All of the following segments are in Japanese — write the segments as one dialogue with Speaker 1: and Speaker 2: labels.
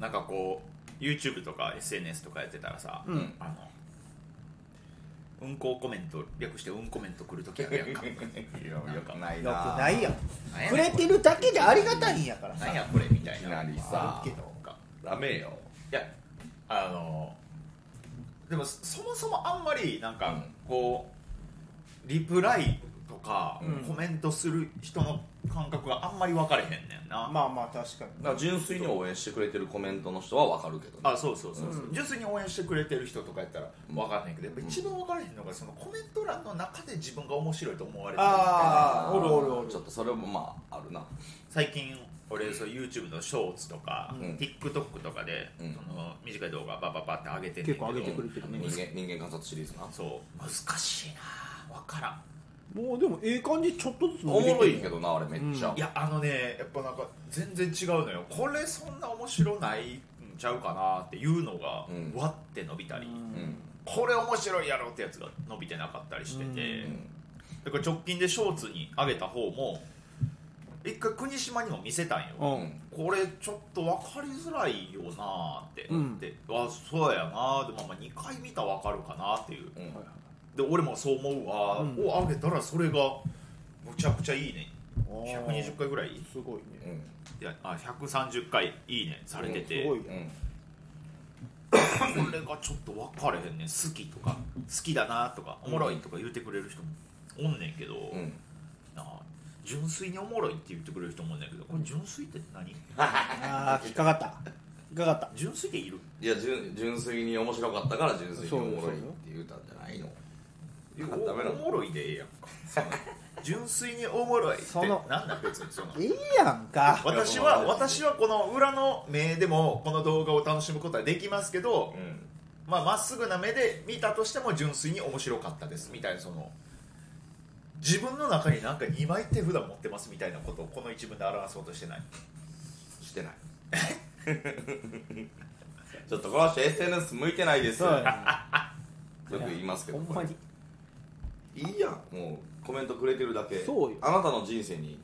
Speaker 1: なんかこう YouTube とか SNS とかやってたらさ、
Speaker 2: うん
Speaker 1: あのうんこコメント略してうんコメント来るときある やんか
Speaker 3: いやよくない
Speaker 2: よ
Speaker 3: な
Speaker 2: くないやん
Speaker 1: なんや
Speaker 2: く
Speaker 1: ねん
Speaker 2: れてるだけでありがたいんやからさ
Speaker 1: なんやこれみた
Speaker 3: い
Speaker 1: い
Speaker 3: き
Speaker 1: な
Speaker 3: なり
Speaker 2: あ
Speaker 3: さ
Speaker 2: るけど
Speaker 3: ダメよ
Speaker 1: いやあのでもそもそもあんまりなんかこうリプライとか
Speaker 2: うん
Speaker 1: コメントする人の感覚があんまり分かれへんねんな、
Speaker 2: まあまあ確かに
Speaker 3: だから純粋に応援してくれてるコメントの人はわかるけどね
Speaker 1: あそうそうそうそう、
Speaker 2: うん
Speaker 1: 純粋に応援してくれてる人とかやったら分かんないけど、やっぱ
Speaker 3: うん
Speaker 1: 一番分からへんのがそのコメント欄の中で自分が面白いと思われてる
Speaker 2: あーおるおるおる
Speaker 3: ちょっとそれもまああるな
Speaker 1: 最近俺そう YouTube のショーツとか、
Speaker 2: うん
Speaker 1: TikTok とかで、
Speaker 3: うん
Speaker 1: その短い動画バババって上げてんねん
Speaker 2: 結構上げてくれてるね
Speaker 3: 人間人間観察シリーズな
Speaker 1: そう難しいな分からん
Speaker 2: もうでもええ感じちょっとずつ
Speaker 3: おもろいけ
Speaker 2: ど
Speaker 3: どなあれめっちゃ、
Speaker 2: うん
Speaker 1: いやあのねやっぱなんか全然違うのよこれそんな面白ないんちゃうかなっていうのが、
Speaker 3: うん
Speaker 1: わって伸びたり、
Speaker 3: うん
Speaker 1: これ面白いやろってやつが伸びてなかったりしてて、
Speaker 3: うん
Speaker 1: だから直近でショーツに上げた方も一回国島にも見せたんよ、
Speaker 2: うん
Speaker 1: これちょっと分かりづらいよなーって思って、あそうやなーでもまあ2回見たら分かるかなっていう
Speaker 3: うん
Speaker 1: で俺もそう思うわ、
Speaker 2: うん
Speaker 1: を上げたらそれがむちゃくちゃいいね120回ぐらいい
Speaker 2: すごいね
Speaker 3: うん
Speaker 1: やあ130回いいねされてて、
Speaker 2: すごい
Speaker 3: うん
Speaker 1: これがちょっと分かれへんねん好きとか好きだなとかおもろいとか言ってくれる人もおんねんけど、
Speaker 3: うん
Speaker 1: なあ純粋におもろいって言ってくれる人もおんねんけどこれ純粋って何
Speaker 2: ああ引っかかった引っかかっ
Speaker 1: 純粋でいる
Speaker 3: いや純純粋に面白かったから純粋におもろいって言うたんじゃないの
Speaker 1: お
Speaker 3: ダメな
Speaker 1: お
Speaker 3: の
Speaker 1: もろいでええやんかその 純粋におもろいって
Speaker 2: その
Speaker 1: なんだ別にその
Speaker 2: たいいやんか
Speaker 1: 私は私はこの裏の目でもこの動画を楽しむことはできますけど
Speaker 3: うん
Speaker 1: まあ、まっすぐな目で見たとしても純粋に面白かったですみたいなその自分の中になんか2枚手札持ってますみたいなことをこの一文で表そうとしてない
Speaker 3: してない ちょっとこの人 SNS 向いてないです
Speaker 2: そう
Speaker 3: よ
Speaker 2: やね
Speaker 3: く言いますけど
Speaker 2: ほんまに
Speaker 3: いいやんもうコメントくれてるだけ
Speaker 2: そうよ
Speaker 3: あなたの人生に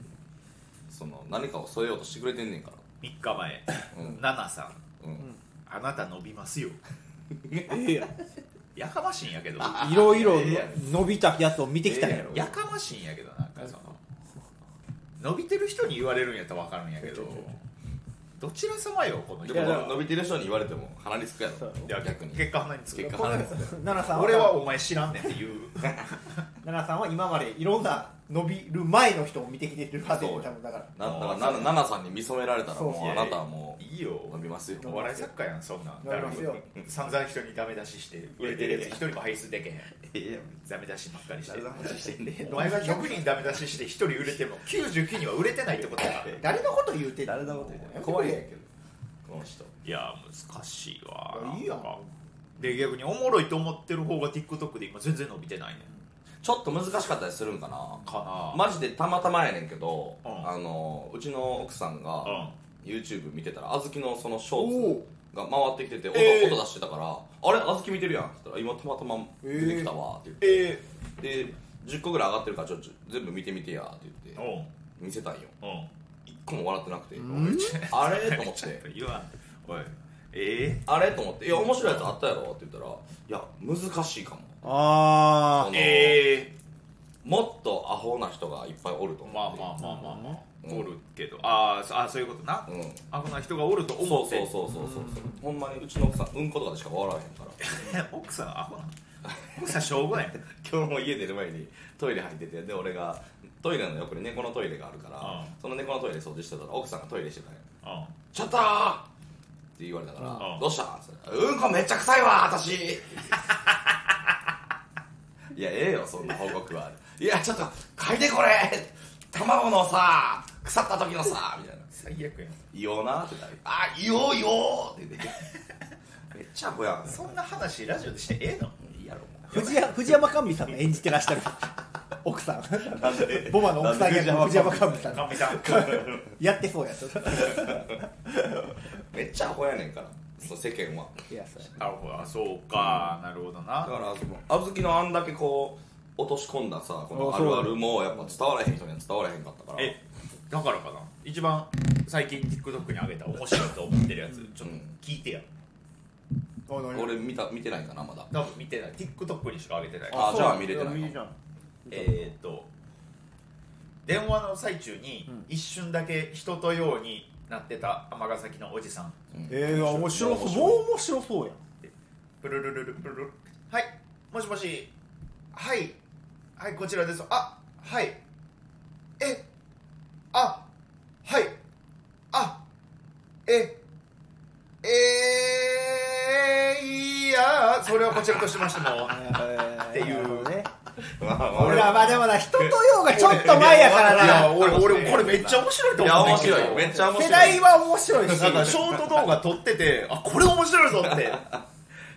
Speaker 3: その何かを添えようとしてくれてんねんか
Speaker 1: 3日前
Speaker 3: らうん
Speaker 1: ナナさん
Speaker 3: うん
Speaker 1: あなた伸びますよ
Speaker 2: ええや
Speaker 1: やかましいんやけど
Speaker 2: んいろいろ
Speaker 3: ええやん
Speaker 2: 伸びたやつを見てきたんやろ
Speaker 1: やかましいんやけどなんかその伸びてる人に言われるんやったら分かるんやけどどちら様よこの人
Speaker 3: で
Speaker 2: いや
Speaker 3: も伸びてる人に言われても鼻につくやろ
Speaker 2: そう
Speaker 1: いや
Speaker 3: 逆に
Speaker 1: 結果鼻につけ
Speaker 3: 結果
Speaker 2: この
Speaker 3: 鼻につく
Speaker 2: 奈々さん
Speaker 1: 俺はお前知らんねんって言う
Speaker 2: 奈々さんは今までいろんな伸びる前の人を見てきてるはずや
Speaker 3: そう
Speaker 2: 多分だから
Speaker 3: なだからなななさんに見初められたら
Speaker 2: そう
Speaker 3: もうあなたはも
Speaker 1: いいよ
Speaker 3: う伸びますよ
Speaker 1: お笑い作家やんそんなん
Speaker 2: 伸びますよ
Speaker 1: 誰も散々人にダメ出しして売れてるやつ一人も輩出でけへんダメ出しばっかりして
Speaker 3: 誰の話してんねん
Speaker 1: お前が100人ダメ出しして一人売れても99人は売れてないってことやから
Speaker 2: 誰のこと言うてんの
Speaker 3: 誰のこと言ってんの怖いやんけどこの人
Speaker 1: いや難しいわ
Speaker 2: いいやん
Speaker 1: なんかで逆におもろいと思ってる方が TikTok で今全然伸びてないね
Speaker 3: ちょっと難しかったりするんかな
Speaker 1: かな
Speaker 3: マジでたまたまやねんけど、
Speaker 1: うん
Speaker 3: あのうちの奥さんが
Speaker 1: うん
Speaker 3: YouTube 見てたら小豆のそのショーツが回ってきてて音,、
Speaker 1: えー
Speaker 3: 音出してたから「あれ小豆見てるやん」って言ったら「今たまたま出てきたわ」って言って、
Speaker 1: え
Speaker 3: で10個ぐらい上がってるからちょっと全部見てみてやって言って
Speaker 1: お
Speaker 3: 見せたんよ
Speaker 1: うんうん
Speaker 3: 一個も笑ってなくて、
Speaker 2: ん
Speaker 3: あれと思って
Speaker 1: 言わんおいえ
Speaker 3: あれと思って「いや面白いやつあったやろ」って言ったら「いや難しいかも」
Speaker 2: あ
Speaker 3: そ
Speaker 1: ー、
Speaker 3: の
Speaker 1: え
Speaker 3: もっとアホな人がいっぱいおる
Speaker 1: ー、
Speaker 3: と思う
Speaker 1: まあまあまあまあまあ、
Speaker 3: うん
Speaker 1: おるけどあーそあそういうことな、
Speaker 3: うん
Speaker 1: あこんな人がおると
Speaker 3: そ
Speaker 1: 思
Speaker 3: う
Speaker 1: って
Speaker 3: そうそうそうそうほんまにうちの奥さんうんことかでしか笑わへんから
Speaker 1: 奥さんアホなの奥さんしょうがない
Speaker 3: 今日も家出る前にトイレ入っててで俺がトイレの横に猫のトイレがあるから、
Speaker 1: う
Speaker 3: その猫のトイレ掃除してたら奥さんがトイレしてたんよ
Speaker 1: うん
Speaker 3: 「ちょっとー!」って言われたから「
Speaker 1: うん
Speaker 3: どうした?」って言ったらうんこめっちゃ臭いわ私!」いやええよそんな報告は」いやちょっと嗅いでこれ卵のさ腐った時のさ」みたいな
Speaker 1: 最悪やん
Speaker 3: 「異様な」って言ったら「あ異様異様!」って言ってめっちゃアホやん
Speaker 1: そんな話ラジオでしてええの
Speaker 3: いいやろもう
Speaker 2: 藤山藤山甘美さんが演じてらっしゃる奥さん
Speaker 3: なんで
Speaker 2: ボマの奥さん役の藤山甘美さんが
Speaker 1: かみさん
Speaker 2: やってそうやちょっと
Speaker 3: めっちゃアホやねんからそう世間はい
Speaker 2: やそうや
Speaker 1: なるほどあそうかなるほど
Speaker 3: だか
Speaker 1: な
Speaker 3: らその小豆のあんだけこう落とし込んださこの
Speaker 2: あ
Speaker 3: あ
Speaker 2: そう
Speaker 3: るあるもやっぱ伝わらへん人には伝わらへんかったから
Speaker 1: えだからかな一番最近 TikTok に上げた面白いと思ってるやつちょっ
Speaker 3: うん
Speaker 1: 聞いてや
Speaker 2: あ何
Speaker 3: 俺見た見てないかなまだ
Speaker 1: 多分見てない TikTok にしか上げてない
Speaker 3: あ
Speaker 2: そう
Speaker 3: じゃあ見れてない
Speaker 2: や見じゃん
Speaker 1: えーっと電話の最中に
Speaker 2: うん
Speaker 1: 一瞬だけ人とようになってた尼崎のおじさん
Speaker 3: うん
Speaker 2: えー、面白そうもう面白そうやん
Speaker 1: プルルルルプルルルはいもしもしはいはいこちらですあはいえあはいあええー、いやそれはこちらとしましても
Speaker 2: って
Speaker 1: いう
Speaker 2: ね
Speaker 3: 俺
Speaker 2: 俺はまだまだ人と用がちょっと前やから
Speaker 1: いや
Speaker 2: な
Speaker 1: 俺俺これめっちゃ面白いと
Speaker 3: いや
Speaker 1: 思う
Speaker 3: 面
Speaker 1: んだけど
Speaker 3: 白いよめっちゃ面白い
Speaker 2: 世代は面白いし
Speaker 1: なんかショート動画撮っててあこれ面白いぞってい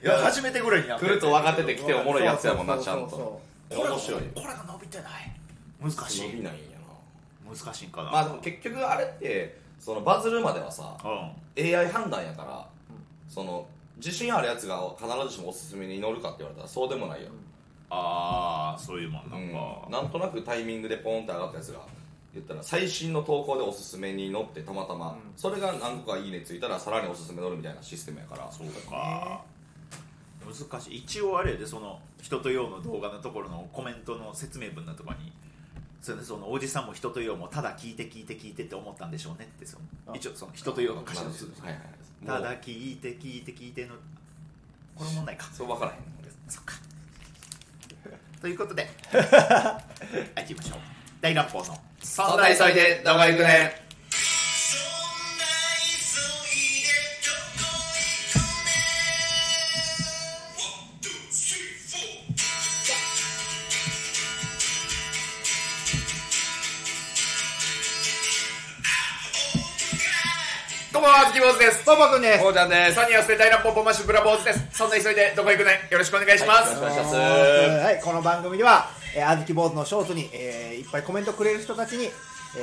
Speaker 1: や初めてぐらいにやって
Speaker 3: 来ると分かってて来ておもろいやつやもんなちゃん
Speaker 2: そうそうそう
Speaker 1: こ
Speaker 3: と
Speaker 1: れが
Speaker 3: 面白い
Speaker 1: これが伸びてない難し
Speaker 3: 伸
Speaker 1: い
Speaker 3: びないんや
Speaker 1: 難しいんかな
Speaker 3: なまあでも結局あれってそのバズるまではさ
Speaker 1: うん、
Speaker 3: AI 判断やからその自信あるやつが必ずしもおすすめに乗るかって言われたらそうでもないよ
Speaker 1: ああそういうもんなんか、
Speaker 3: うんなんとなくタイミングでポンって上がったやつが言ったら最新の投稿でおすすめに乗ってたまたま、
Speaker 2: うん
Speaker 3: それが何個かいいねついたらさらにおすすめ乗るみたいなシステムやから
Speaker 1: そうか難しい一応あれやでその人と用の動画のところのコメントの説明文のとこにそれでそのおじさんも人と用もただ聞いて聞いて聞いてって思ったんでしょうねってその
Speaker 2: あ
Speaker 1: 一応その人と用の歌詞の
Speaker 3: ですはいはい
Speaker 1: た
Speaker 3: も
Speaker 1: だ
Speaker 3: う
Speaker 1: 聞いて聞いて聞いてのこれ問題か
Speaker 3: そう分からへん
Speaker 1: そっかという ことではい行きましょう大乱暴の
Speaker 3: そんな急いでどこ行くね
Speaker 1: どうも月坊主です
Speaker 2: トモくんです
Speaker 3: こうちゃんです
Speaker 1: サニーは捨て大乱暴ボンマッシュブラボーズですそんな急いでどこ行くねよろしくお願いします、
Speaker 3: はいよろしくお願いします
Speaker 2: はい、この番組では、えー、あずき坊主のショーツに、えーいっぱいコメントくれる人たちに、え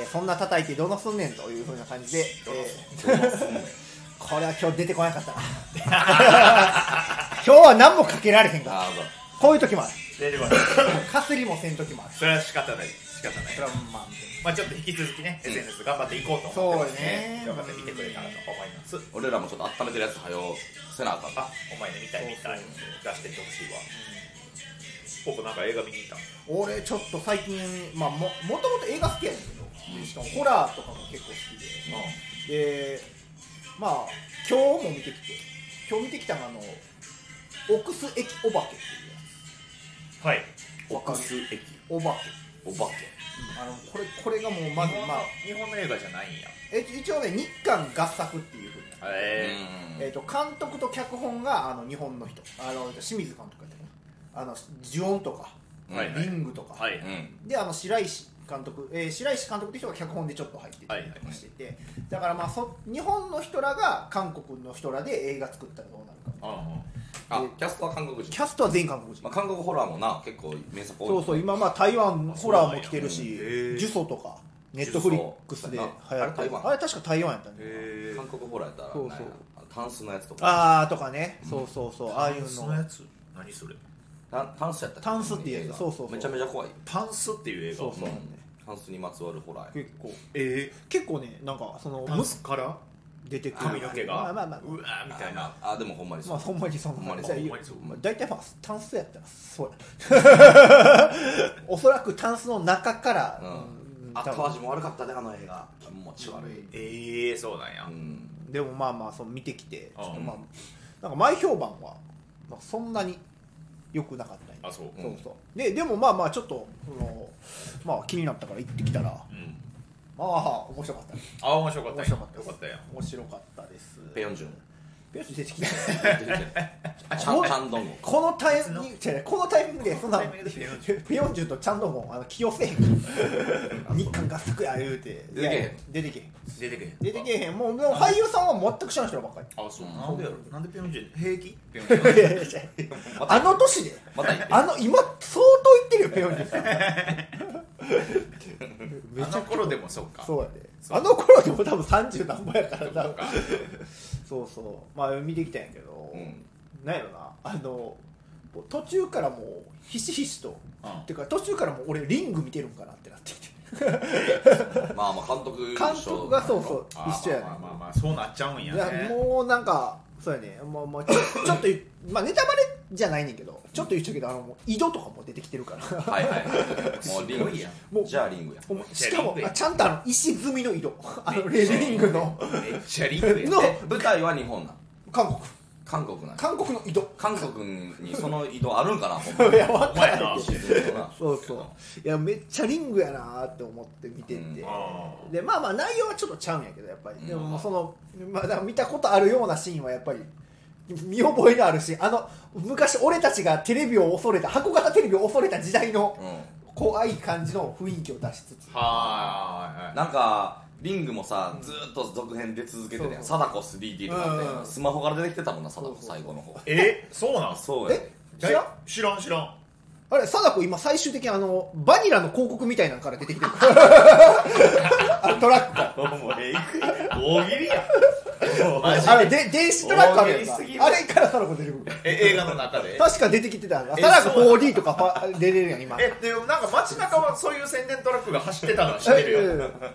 Speaker 2: ーそんな叩いてどうのすんねんというふうな感じで、えーこれは今日出てこなかったな。 今日は何もかけられへんから、
Speaker 3: あー
Speaker 2: こういう時もある。
Speaker 1: 大丈夫
Speaker 2: かすりもせん時もある。
Speaker 1: それは仕方ない仕方ない
Speaker 2: それはまあ
Speaker 1: まあちょっと引き続きね、SNS 頑張っていこうと思ってますね
Speaker 2: そう
Speaker 1: 頑
Speaker 2: ね
Speaker 1: 張って見てくれたらと思います
Speaker 3: 俺らもちょっと温めてるやつはよせなあかん
Speaker 1: あお前ね見たい見たい出してってほしいわここなんか映画見に行った
Speaker 2: 俺ちょっと最近、まあ、ももともと映画好きやねんけど、しかもホラーとかも結構好きで。でまあ今日も見てきて今日見てきたのがあのオクス駅お化けっていうや
Speaker 1: はい
Speaker 3: オクス駅
Speaker 2: つお化け
Speaker 3: お化
Speaker 2: あのこれこれがもうまず
Speaker 1: 日本の
Speaker 2: まあ
Speaker 1: 日本の映画じゃないんや
Speaker 2: え一応ね日韓合作っていうふうに、
Speaker 3: け
Speaker 1: え
Speaker 2: えー、と監督と脚本があの日本の人あの清水監督やったかなあのジオンとか、
Speaker 3: うん
Speaker 1: はい
Speaker 2: リングとか、
Speaker 1: はい
Speaker 3: うんうん
Speaker 2: であの白石監督、えー白石監督って人が脚本でちょっと入ってた
Speaker 1: はいはい
Speaker 2: りとかしてて、だからまあそ日本の人らが韓国の人らで映画作ったらどうなるか
Speaker 1: あ
Speaker 3: あキャストは韓国
Speaker 2: キ
Speaker 3: 人、
Speaker 2: ャストは全員韓国人
Speaker 3: まあ、韓国ホラーもな結構名作多い
Speaker 2: そうそう今まあ台湾
Speaker 1: あ
Speaker 2: ホラーも来てる
Speaker 1: そう
Speaker 2: し
Speaker 1: なんやへえ
Speaker 2: 呪詛とかネットフリックスで流行って
Speaker 3: 呪詛そうや
Speaker 2: る
Speaker 3: なあれ台湾
Speaker 2: あれ確か台湾やったんじゃない
Speaker 1: へ
Speaker 3: 韓国ホラーやったら
Speaker 2: そうそう
Speaker 3: なんやあのタンスのやつとか
Speaker 2: ああとかねそうそうそうああいう
Speaker 1: そのや
Speaker 2: の
Speaker 1: つ何それ
Speaker 3: タンタンスやったっけ
Speaker 2: タンスっていうやつ
Speaker 3: 映画
Speaker 2: そうそうそう
Speaker 3: めちゃめちゃ怖いよ
Speaker 1: パンスっていう映画
Speaker 2: そう
Speaker 3: うんタンスにまつわるホラーや
Speaker 2: 結構
Speaker 1: え
Speaker 2: 結構ねなんかその
Speaker 1: ー、パンスから
Speaker 2: む出てくる
Speaker 1: 髪の毛が、
Speaker 2: まあまあまあ
Speaker 1: うわーみたいな
Speaker 3: あでもほんまにそう、
Speaker 2: まあほんまにそんな
Speaker 3: ほんま
Speaker 2: 感
Speaker 3: に
Speaker 2: じ
Speaker 3: そう
Speaker 2: だい
Speaker 1: ほんまにそう
Speaker 2: まあ大体まあタンスやったらそうや おそらくタンスの中から
Speaker 3: うん
Speaker 2: うん多
Speaker 3: 後
Speaker 2: 分
Speaker 3: 味も悪かったねあの映画気持ち悪い、
Speaker 1: えー、そうなんや、
Speaker 3: うん、
Speaker 2: でもまあまあそう見てきて
Speaker 1: あ
Speaker 2: ちょっと
Speaker 1: うん
Speaker 2: まあなんか前評判はまあそんなに良くなかったんや
Speaker 1: あそう、
Speaker 3: うん
Speaker 2: そうそうででもまあまあちょっとその、まあ、気になったから行ってきたらま
Speaker 1: うん、
Speaker 2: あ面白かったね
Speaker 1: あ面白かった
Speaker 2: 面白かっ
Speaker 1: よ
Speaker 2: たです
Speaker 1: かったよ
Speaker 2: 面白かったです
Speaker 3: ペヨンジュン
Speaker 2: ペヨンジュン出てきた
Speaker 3: チャンチャンドンゴ
Speaker 2: このタイミング違うこのタイミングでそんな
Speaker 1: このタイミングでペヨン
Speaker 2: ペヨンジュンとチャンドンゴンあの起用せえへんから日韓合作や言うて
Speaker 3: 出てけへん
Speaker 2: いや出てけへん
Speaker 1: 出てけへん
Speaker 2: 出てけへんもうでも俳優さんは全く知らん人らばっかり
Speaker 1: あそう
Speaker 3: うん
Speaker 1: なんでやろなんでピョンジュン平気ピョン
Speaker 2: いやいやいやあの年で
Speaker 3: また行って
Speaker 2: あの今相当言ってるよペヨンジュンさんめ
Speaker 1: あの頃でもそうか
Speaker 2: そうやで
Speaker 1: そう
Speaker 2: あの頃でも多分30何本やから
Speaker 1: そうか
Speaker 2: 多分そうそうまあ見てきたんやけど、
Speaker 3: うん
Speaker 2: なんやろなあの途中からもうひしひしと、
Speaker 1: うん
Speaker 2: っていうか途中からもう俺リング見てるんかなってなってきて
Speaker 3: まあまあ監督
Speaker 2: 監督がそうそう
Speaker 1: あー
Speaker 2: 一緒やね
Speaker 1: まあまあまあそうなっちゃうんや
Speaker 2: いや
Speaker 1: ね
Speaker 2: もうなんかそうやね、まあまあ、ちょちょっと言う、まあ、ネタバレじゃないねんけどちょっと言っちゃうけどあのもう井戸とかも出てきてるから
Speaker 3: はいはいはいもうリングや
Speaker 2: もう
Speaker 3: じゃあリングや
Speaker 2: もうしか
Speaker 1: じゃあリン
Speaker 2: も
Speaker 1: グや
Speaker 2: あちゃんとあの石積みの井戸あのレリングの
Speaker 1: めっちゃリングや
Speaker 2: の
Speaker 3: え舞台は日本なん
Speaker 2: 韓国
Speaker 3: 韓国なん
Speaker 2: 韓国の井戸
Speaker 3: 韓国にその移動あるんかなほんま
Speaker 2: いやわ
Speaker 1: お
Speaker 2: か
Speaker 1: 前
Speaker 2: ん
Speaker 1: や
Speaker 2: ない
Speaker 1: な
Speaker 2: けどそうそういやめっちゃリングやなーって思って見てて、
Speaker 3: うん
Speaker 1: あー
Speaker 2: でまあまあ内容はちょっとちゃうんやけどやっぱりでも
Speaker 3: うん
Speaker 2: もうその、まあ、だから見たことあるようなシーンはやっぱり見覚えがあるしあの昔俺たちがテレビを恐れた箱型テレビを恐れた時代の
Speaker 3: う
Speaker 2: 怖い感じの雰囲気を出しつつ
Speaker 1: はーいはい
Speaker 3: んなんかリングもさずーっと続編出続けて
Speaker 2: そう
Speaker 3: ね
Speaker 2: そう
Speaker 3: 貞子 3D とか
Speaker 2: うん
Speaker 3: っ
Speaker 2: うん
Speaker 3: てスマホから出てきてたもんな貞子
Speaker 2: そうそう
Speaker 3: 最後の方
Speaker 1: えそうなんす
Speaker 3: そうや
Speaker 2: え知らん
Speaker 1: 知らん知らん
Speaker 2: あれ貞子今最終的にあのバニラの広告みたいなのから出てきてる あのトラックから
Speaker 1: もうえぐい 大喜利やマジ
Speaker 2: あれ
Speaker 1: で
Speaker 2: で電子トラックあるやんか
Speaker 1: 大喜利すぎる
Speaker 2: あれから貞子出てくる
Speaker 1: え映画の中で
Speaker 2: 確か出てきてた
Speaker 1: え
Speaker 2: 貞子
Speaker 1: そうな
Speaker 2: 4D とかファ出れるやん今
Speaker 1: えでもなんか街中はそういう宣伝トラックが走ってたのは知ってるよ
Speaker 2: え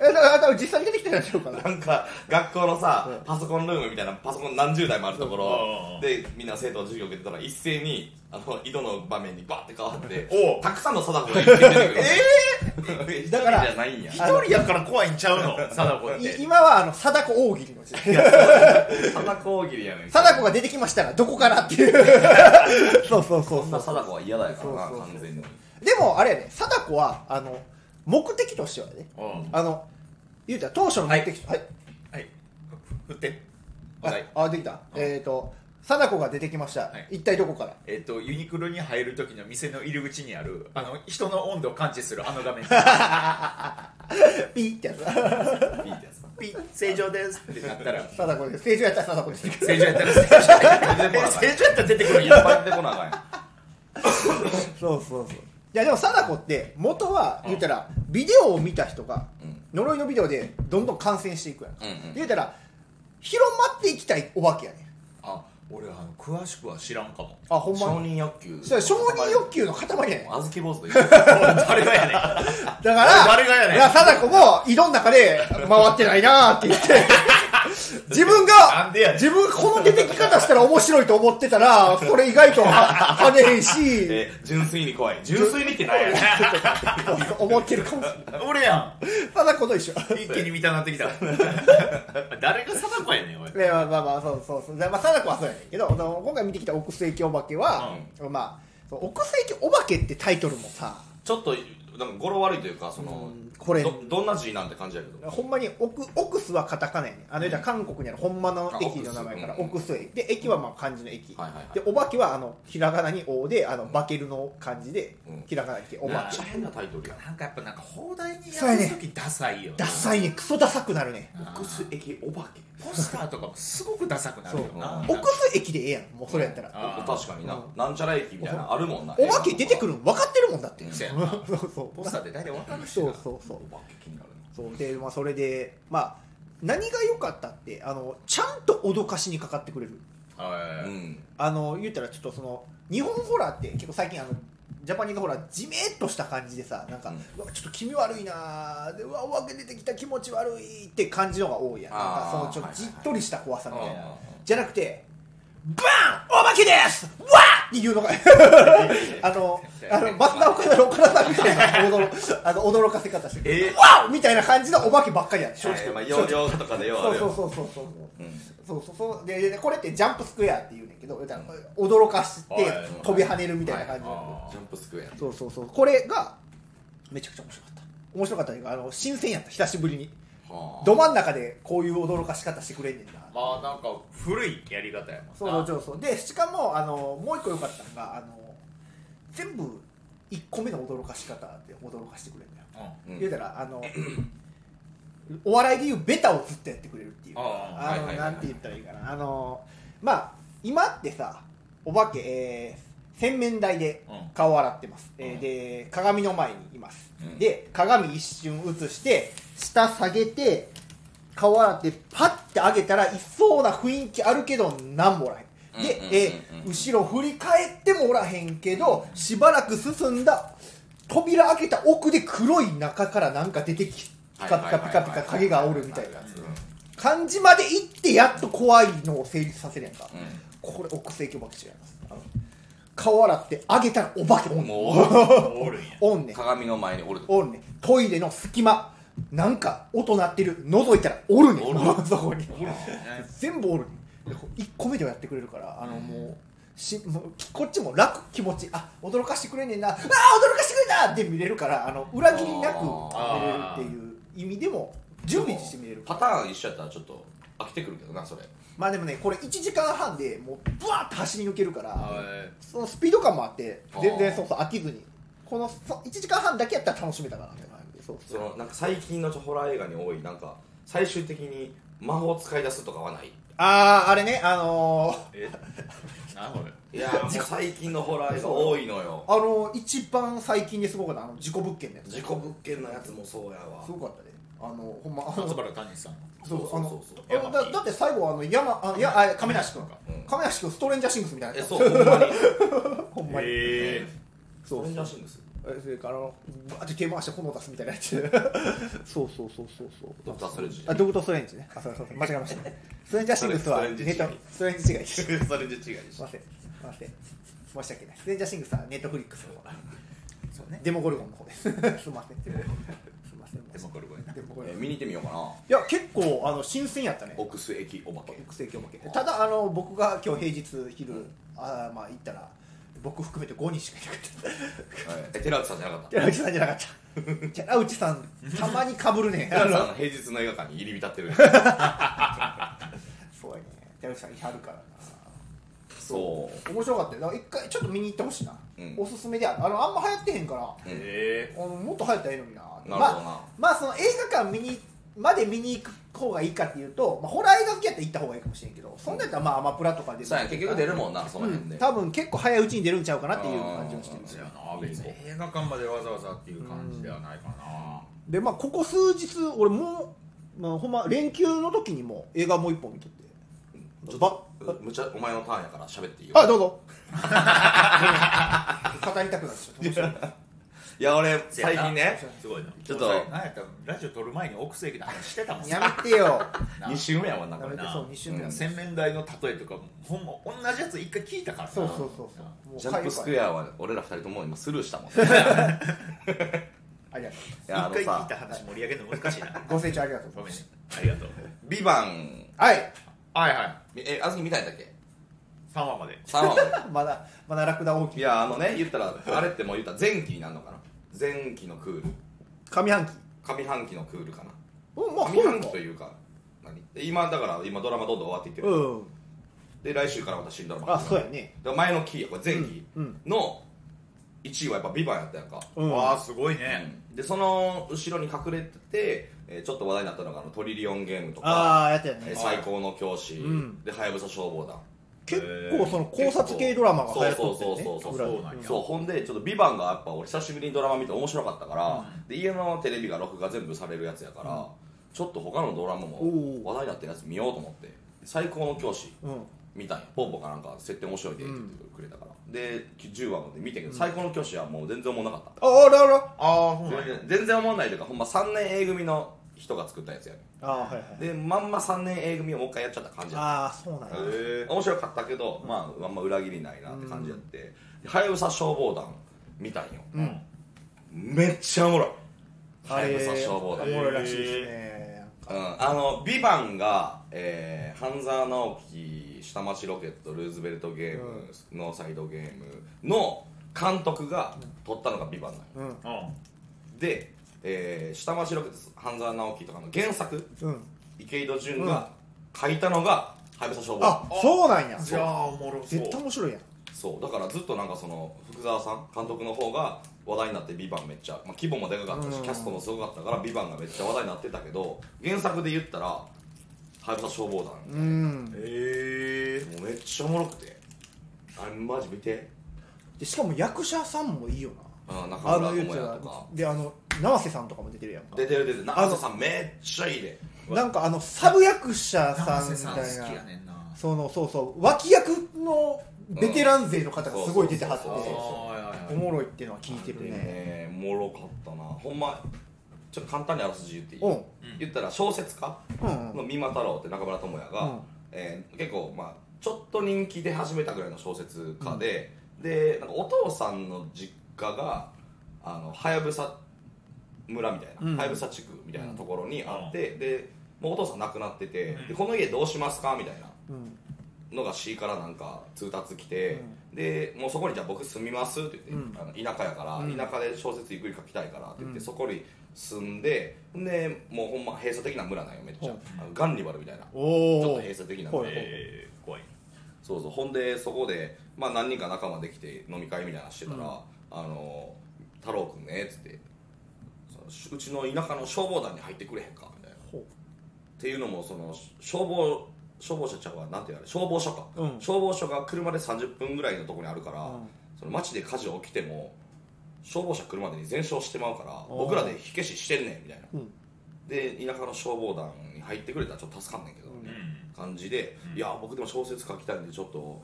Speaker 2: ええだから多分実際に出てきてるんちゃうかな
Speaker 3: なんか学校のさ、
Speaker 2: うん
Speaker 3: パソコンルームみたいなパソコン何十台もあるとこ
Speaker 1: う
Speaker 3: ろ
Speaker 1: ん
Speaker 3: でみんな生徒の授業受けてたら一斉にあの井戸の場面にバーって変わって
Speaker 1: おう
Speaker 3: たくさんの貞子が出てくるえ
Speaker 2: だから
Speaker 3: じゃないんや
Speaker 1: 一人やから怖いんちゃうの 貞子っ
Speaker 2: い
Speaker 1: て
Speaker 2: 今はあの貞子大喜利の 時代
Speaker 3: 貞子大喜利やねん
Speaker 2: 貞子が出てきましたらどこからってい うそうそうそ
Speaker 3: こ
Speaker 2: うんそ
Speaker 3: な
Speaker 2: う
Speaker 3: 貞子は嫌だよからな
Speaker 2: そうそうそう
Speaker 3: 完全に
Speaker 2: でもあれやね貞子はあの目的としてはね
Speaker 1: うんは
Speaker 2: あの言うたら当初の目的とはい、
Speaker 1: い振って
Speaker 2: あ
Speaker 1: はい
Speaker 2: あできた、えっ、ー、と貞子が出てきました、
Speaker 1: はい
Speaker 2: 一体どこから
Speaker 1: えっとユニクロに入る時の店の入り口にあるあの人の温度を感知するあの画 面
Speaker 2: ピーってやつ
Speaker 3: いいってやつだ
Speaker 1: ピッ正常ですってなったら
Speaker 2: 貞子です正常やったら貞子です
Speaker 1: 正常やったら正常
Speaker 3: 出てこなあかんいっ
Speaker 1: やったら出てくるんや
Speaker 3: ぱい出てこなあか
Speaker 2: そうそうそういやでも貞子って元は言ったらビデオを見た人が
Speaker 3: んやん
Speaker 2: 呪いのビデオでどんどん感染していくやんか、
Speaker 3: うんうんうん
Speaker 2: 言うたら広まっていきたいお化けやねん
Speaker 1: あ俺あの詳しくは知らんかも
Speaker 2: あほん
Speaker 3: 承
Speaker 2: まに
Speaker 3: 認欲求
Speaker 2: そしたら承認欲求の塊やねん
Speaker 3: あずき坊主と一緒
Speaker 1: 誰がやねん
Speaker 2: だから
Speaker 1: 誰がやねん
Speaker 2: いや貞子も井戸の中で回ってないなーって言って 自分
Speaker 1: な
Speaker 2: が
Speaker 1: んでやねん
Speaker 2: 自分この出てき方したら面白いと思ってたらそれ意外とは跳ねへんし
Speaker 3: え純粋に怖い純粋にってなんやねん
Speaker 2: 思ってるかもしれない
Speaker 1: 俺や
Speaker 2: 貞子と一緒
Speaker 1: ん一気に見たな ってきた誰が貞子やねんおい
Speaker 2: ねまあまあまあそうそうそう、まあ、貞子はそうやねんけどあの今回見てきた「奥世紀お化けは」まあ「そう奥世紀お化け」ってタイトルもさ
Speaker 3: ちょっとなんか語呂悪いというかその
Speaker 2: うんこれ
Speaker 3: どどんな字なんて感じやけど
Speaker 2: ほんまに奥奥須はカタカナやねんあの言うたら韓国にあるほんまの駅の名前から
Speaker 3: あ
Speaker 2: 奥
Speaker 3: 奥
Speaker 2: 須駅で駅はまあ漢字の駅、
Speaker 3: はいはいはい
Speaker 2: でお化けはあのひらがなに「お」であのバケルの漢字で、
Speaker 3: うん
Speaker 2: ひらがなに「お
Speaker 3: めっ
Speaker 2: 化け
Speaker 3: ちゃ」変なタイトルやん
Speaker 1: なんかやっぱなんか放題に
Speaker 2: そうや
Speaker 1: や
Speaker 2: ね
Speaker 1: る時ダサいよね
Speaker 2: ダサいねクソダサくなるね
Speaker 1: あー
Speaker 3: クス駅お化け
Speaker 1: ポスターとかもすごくダサくなるよな
Speaker 2: 奥須駅でええやんもうそれやったら
Speaker 1: あー
Speaker 3: 確かにな
Speaker 2: う
Speaker 3: なんちゃら駅みたいなのあるもんな
Speaker 2: お化け出てくるの分かってるもんだって、
Speaker 3: うん
Speaker 1: そうやな
Speaker 2: そうそう
Speaker 1: ポスターで大体わかるし
Speaker 2: そ
Speaker 1: な
Speaker 2: うそうそう
Speaker 3: お化け気になる
Speaker 2: そうで、まあ、それで、まあ、何が良かったってあのちゃんと脅かしにかかってくれる
Speaker 1: は
Speaker 3: ないうん
Speaker 2: あの言ったらちょっとその日本ホラーって結構最近あのジャパニーズホラーじめっとした感じでさなんか、
Speaker 3: うん
Speaker 2: うわちょっと気味悪いなーでうわお化け出てきた気持ち悪いって感じのが多いやんなんか
Speaker 3: あー
Speaker 2: そのちょっと
Speaker 3: はい
Speaker 2: じ
Speaker 3: はい
Speaker 2: っ
Speaker 3: はい
Speaker 2: とりした怖さみたいな、
Speaker 3: うんうんうん
Speaker 2: じゃなくてバーンお化けですわーっていうのが あのあの松田岡田の岡田さんみたいな驚あの驚かせ方して
Speaker 3: え
Speaker 2: わーみたいな感じのお化けばっかりやった
Speaker 3: 正直まあ要領とかでよあ
Speaker 2: そう
Speaker 3: れ
Speaker 2: そう
Speaker 3: よ
Speaker 2: そうそうそう
Speaker 3: うん
Speaker 2: そうそうそうででこれってジャンプスクエアって言うねんけどだから驚かして
Speaker 1: はい
Speaker 2: 飛び跳ねるみたいな感じなん
Speaker 1: は
Speaker 3: ジャンプスクエア
Speaker 2: でそうそうそうこれがめちゃくちゃ面白かった面白かったというかあの新鮮やった久しぶりに
Speaker 3: はあ
Speaker 2: ど真ん中でこういう驚かし方してくれんねんな
Speaker 1: まあなんか古いやり方やもんな
Speaker 2: そうそうそうでしかもあのもう一個良かったのがあの全部1個目の驚かし方で驚かしてくれるんだよ、
Speaker 1: うん
Speaker 3: うん
Speaker 2: 言うたらあの お笑いでいうベタをずっとやってくれるっていう
Speaker 1: あ
Speaker 2: あ
Speaker 3: はい
Speaker 2: の
Speaker 3: はいは
Speaker 2: な
Speaker 3: いは
Speaker 2: いんて言ったらいいかなあのまあ今ってさお化け、えー洗面台で
Speaker 1: うん
Speaker 2: 顔を洗ってます、え
Speaker 3: う
Speaker 2: ー
Speaker 3: ん
Speaker 2: で鏡の前にいます、
Speaker 3: うん
Speaker 2: で鏡一瞬映して下下げて顔洗ってパッて上げたらいそうな雰囲気あるけど何もおらへんで、
Speaker 3: うんうんうんうん
Speaker 2: えー後ろ振り返ってもおらへんけどしばらく進んだ扉開けた奥で黒い中からなんか出てきピカピカピカピカ影がおるみたいな
Speaker 3: うん
Speaker 2: 漢字まで行ってやっと怖いのを成立させるやんか、
Speaker 3: うん
Speaker 2: これ奥世紀お化け違いますあの顔洗ってあげたらお化けおんねん
Speaker 3: もう
Speaker 1: おるんや
Speaker 2: おんねん
Speaker 3: 鏡の前におる
Speaker 2: おんねんトイレの隙間なんか音鳴ってる覗いたらおるね
Speaker 3: お
Speaker 2: んそこに
Speaker 1: おるんやね
Speaker 2: 全部おるねん1個目ではやってくれるからあのもうしもうきこっちも楽気持ちあ驚かしてくれんねんなあー驚かしてくれたって見れるからあの裏切りなく
Speaker 1: あー
Speaker 2: 見れるっていう意味でも準備して見れる
Speaker 3: パターン一緒やったらちょっと飽きてくるけどなそれ
Speaker 2: まあでもねこれ1時間半でもうブワーッと走り抜けるから
Speaker 1: は
Speaker 2: そのスピード感もあって全
Speaker 3: あ
Speaker 2: 然
Speaker 3: ー
Speaker 2: そうそう飽きずにこのそ1時間半だけやったら楽しめたかなって感じそう
Speaker 3: そのなんか最近のホラー映画に多いなんか最終的に魔法使い出すとかはない
Speaker 2: あああれねあのー
Speaker 1: いえなこれ
Speaker 3: いやーもう最近のホラー映画多いのよ
Speaker 2: あのー一番最近ですごかったあの事故物件のやつ
Speaker 3: 事故物件のやつもそうやわ
Speaker 2: すごかったねあのほんまあの
Speaker 1: 松原谷さん
Speaker 2: そうそうあの
Speaker 3: そうそう
Speaker 1: そう
Speaker 2: あのだだって最後あの山あいやあ亀梨君か
Speaker 3: うん
Speaker 2: 亀梨君ストレンジャーシングスみたいな
Speaker 3: え
Speaker 2: やつ
Speaker 3: そうほんまに
Speaker 2: ほんまに
Speaker 1: へえ
Speaker 3: そ
Speaker 2: そう
Speaker 3: れ
Speaker 2: う
Speaker 3: らしいんですよ
Speaker 2: えそれからあのバーって手回して炎出すみたいなやつ そうそうそうそうそう
Speaker 3: ドクターストレンジ
Speaker 2: あドクター・ストレンジねあそうそうそう間違えましたストレンジャーシングスは
Speaker 3: ストレンジ違い
Speaker 2: ネタストレンジ違いですすい
Speaker 1: それで違いし
Speaker 2: ませんすいません申し訳ないストレンジャーシングスはネットフリックスの方
Speaker 1: そうね
Speaker 2: デモゴルゴンの方ですすいませんすいません
Speaker 1: でもこれこれな
Speaker 2: デモゴ
Speaker 3: え
Speaker 2: ル
Speaker 3: ー
Speaker 2: ゴン
Speaker 3: 見に行ってみようかな
Speaker 2: はいや結構あの新鮮やったね
Speaker 3: 奥須駅お化け
Speaker 2: 育成教負けただあの僕が今日平日昼、あーまあ行ったら僕含めて5人しかいなかった
Speaker 3: はいえ寺内さんじゃなかった
Speaker 2: 寺内さんじゃなか った寺内さんたまにかぶるね
Speaker 3: 寺
Speaker 2: あ
Speaker 3: 内さん
Speaker 2: の
Speaker 3: の平日の映画館に入り浸ってる
Speaker 2: そうやね寺内さんいはるからな
Speaker 3: そ
Speaker 2: 面白かったよだから一回ちょっと見に行ってほしいな、
Speaker 3: うん
Speaker 2: おすすめであるあのあんま流行ってへんから
Speaker 3: う、うん、
Speaker 1: へ
Speaker 2: あのもっと流行ったらいいのにな
Speaker 3: なるほどな
Speaker 2: まあ、まあその映画館見にまで見に行く方がいいかっていうと、まあ、ホラー映画好きやったら行った方がいいかもしれんけどそんなんやったらまあアマプラとかで
Speaker 3: そうやね結局出るもんなその
Speaker 2: う
Speaker 3: 辺
Speaker 2: ん
Speaker 3: で、
Speaker 2: 多分結構早いうちに出るんちゃうかなっていう感じはしてる
Speaker 1: えそうやな別に映画館までわざわざっていう感じではないかな
Speaker 2: でまあここ数日俺もう、まあ、ほんま連休の時にも映画もう一本見とって
Speaker 3: ちょっ
Speaker 2: ば
Speaker 3: とむちゃお前のターンやから喋っていいよ
Speaker 2: あどうぞ語りたくなっちゃった
Speaker 3: いや俺最近ね
Speaker 1: すごいな
Speaker 3: ちょっと
Speaker 1: 何やったらラジオ撮る前に奥世紀の話してたもんな
Speaker 2: やめてよ
Speaker 1: な
Speaker 3: 2週目やもんな
Speaker 2: や
Speaker 3: こ
Speaker 2: め
Speaker 3: れ
Speaker 2: て
Speaker 1: な
Speaker 2: そう2週目や
Speaker 3: うん
Speaker 2: そう
Speaker 1: 洗面台の例えとかもほんま同じやつ一回聞いたからな
Speaker 2: そうそうそうもう
Speaker 3: ジャンプスクエ
Speaker 2: ア
Speaker 3: アは俺ら二人とも今スルーしたもんね
Speaker 2: ありがと
Speaker 3: い
Speaker 1: 一
Speaker 3: やあの
Speaker 1: 回聞い
Speaker 3: さ
Speaker 1: た話盛り上げるの難しい な
Speaker 2: うご清聴ありがとうござ
Speaker 1: ごめん
Speaker 2: いま
Speaker 1: ね
Speaker 2: す
Speaker 1: ありがとう
Speaker 3: 「ビバン
Speaker 2: はい
Speaker 1: はいはい
Speaker 3: えあずき見たんやったっけ
Speaker 1: 3話まで
Speaker 3: 3話
Speaker 2: ま
Speaker 3: まで
Speaker 2: だまだラクダ大きい
Speaker 3: いやあのね言ったらあれってもう言ったら前期になるのかな前期のクール
Speaker 2: 上半期
Speaker 3: 上半期のクールかな
Speaker 2: うんまあそ
Speaker 3: 上
Speaker 2: う
Speaker 3: 半
Speaker 2: か
Speaker 3: 期というか何で今だから今ドラマどんどん終わっていってる、
Speaker 2: うん
Speaker 3: で来週からまた新ドラマ
Speaker 2: あ
Speaker 3: 始
Speaker 2: そ
Speaker 3: ま
Speaker 2: う
Speaker 3: る
Speaker 2: やね
Speaker 3: で前の期やこれ前期
Speaker 2: うん
Speaker 3: の1位はやっぱ「ビバンやったやんか、
Speaker 2: うん
Speaker 1: わあすごいね
Speaker 3: うんでその後ろに隠れてて、えーちょっと話題になったのがあのトリリオンゲームとか
Speaker 2: ああやったよ
Speaker 3: えー
Speaker 2: ね
Speaker 3: 最高の教師、
Speaker 2: うん
Speaker 3: ではやぶさ消防団
Speaker 2: 結構その考察系ドラマが流行っと
Speaker 3: そう
Speaker 2: って
Speaker 3: そうそうそ
Speaker 2: ね裏
Speaker 3: う
Speaker 2: で
Speaker 1: そうなんや
Speaker 3: そうほんでちょっと「ビバンがやっぱ俺久しぶりにドラマ見て面白かったから、で家のテレビが録画全部されるやつやから、ちょっと他のドラマ
Speaker 2: お
Speaker 3: も
Speaker 2: う
Speaker 3: 話題になってるやつ見ようと思って「最高の教師
Speaker 2: うん」
Speaker 3: 見たんやポンポかなんか設定面白いでって言ってくれたから、で10話まで見てけど「最高の教師」はもう全然思わなかった、
Speaker 2: ああらあら
Speaker 1: ああそうなんや
Speaker 3: 全然全然思わないというかほんま3年 A 組の人が作ったやつやね
Speaker 2: ああはいはい
Speaker 3: でまんま3年 A 組をもう一回やっちゃった感じやった
Speaker 2: ああそうなんや
Speaker 1: へえ
Speaker 3: 面白かったけど、まあ、あんま裏切りないなって感じやってではやぶさ消防団見たんよ、
Speaker 2: うん
Speaker 3: めっちゃおもろい
Speaker 2: あ
Speaker 3: はや
Speaker 2: れ
Speaker 3: ぶさ消防団、
Speaker 2: おもろいらしいですね
Speaker 3: うん、あの「ビバンが、えー、半沢直樹下町ロケットルーズベルトゲーム、ノーサイドゲームの監督が撮ったのが「ビバンなんよ
Speaker 2: うん
Speaker 1: う
Speaker 3: で、えー、下町ロケット半沢直樹とかの原作
Speaker 2: うん
Speaker 3: 池井戸潤が書いたのが「はやぶさ消防団」
Speaker 2: あそうなんや
Speaker 1: んじゃあおもろそう
Speaker 2: 絶対面白いやん
Speaker 3: そうだからずっとなんかその福澤さん監督の方が話題になって「ビバンめっちゃ、まあ、規模もでかかったし、
Speaker 2: うん
Speaker 3: キャストもすごかったから「ビバンがめっちゃ話題になってたけど原作で言ったら「はやぶさ消防団」
Speaker 2: うん
Speaker 1: へえ
Speaker 3: もうめっちゃおもろくてあれマジ見て、
Speaker 2: でしかも役者さんもいいよ
Speaker 3: うん、
Speaker 2: なあ
Speaker 3: 中村
Speaker 2: の
Speaker 3: 智
Speaker 2: 言うて
Speaker 3: 也
Speaker 2: た
Speaker 3: とか
Speaker 2: であの生瀬さんとかも出てるやんか
Speaker 3: 出てる出てる長瀬さんめっちゃいいで
Speaker 2: なんかあのサブ役者さんみ
Speaker 1: さん
Speaker 2: た
Speaker 1: 好き
Speaker 2: いな
Speaker 1: やねんな
Speaker 2: そのそうそう脇役のベテラン勢の方がすごい出ては
Speaker 3: そうそう
Speaker 2: っ
Speaker 1: あーはいはい
Speaker 2: てお
Speaker 1: はい
Speaker 2: もろいっていうのは聞いてるね
Speaker 3: でねおもろかったなほんまちょっと簡単にあらすじ言っていい、
Speaker 2: うん
Speaker 3: 言ったら小説家
Speaker 2: うんうん
Speaker 3: の三馬太郎って中村智也が、
Speaker 2: うん
Speaker 3: えー結構まあちょっと人気出始めたぐらいの小説家で、でなんかお父さんの実家があのはやぶさ村みたいな、
Speaker 2: うん
Speaker 3: はやぶさ地区みたいなところにあって、でもうお父さん亡くなってて、でこの家どうしますかみたいな
Speaker 2: うん
Speaker 3: のが C からなんか通達来て、でもうそこにじゃあ僕住みますって言って、あの田舎やから、
Speaker 2: うん
Speaker 3: 田舎で小説ゆっくり書きたいからって言って、
Speaker 2: うん
Speaker 3: そこに住んででもうほんま閉鎖的な村なんよめっちゃ、
Speaker 2: うん
Speaker 3: あのガンニバルみたいなち
Speaker 2: お
Speaker 3: ょ
Speaker 2: お
Speaker 3: っと閉鎖的な村
Speaker 2: はい
Speaker 4: えー、怖い
Speaker 3: そうそうほんでそこで、まあ、何人か仲間できて飲み会みたいなのしてたら
Speaker 2: う
Speaker 3: 「
Speaker 2: ん
Speaker 3: あの太郎くんね」っつってその「うちの田舎の消防団に入ってくれへんか」みたいな
Speaker 2: ほう
Speaker 3: っていうのもその消防消防車ちゃうわなんて言うれ消防署か、
Speaker 2: うん
Speaker 3: 消防署が車で30分ぐらいのとこにあるから、
Speaker 2: うん
Speaker 3: その街で火事起きても消防車来るまでに全焼してまうから
Speaker 2: ー
Speaker 3: 僕らで火消ししてんねんみたいな
Speaker 2: うん
Speaker 3: で田舎の消防団に入ってくれたらちょっと助かんねんけど、
Speaker 2: うん
Speaker 4: うん
Speaker 3: 感じで、いや僕でも小説書きたいんでちょっと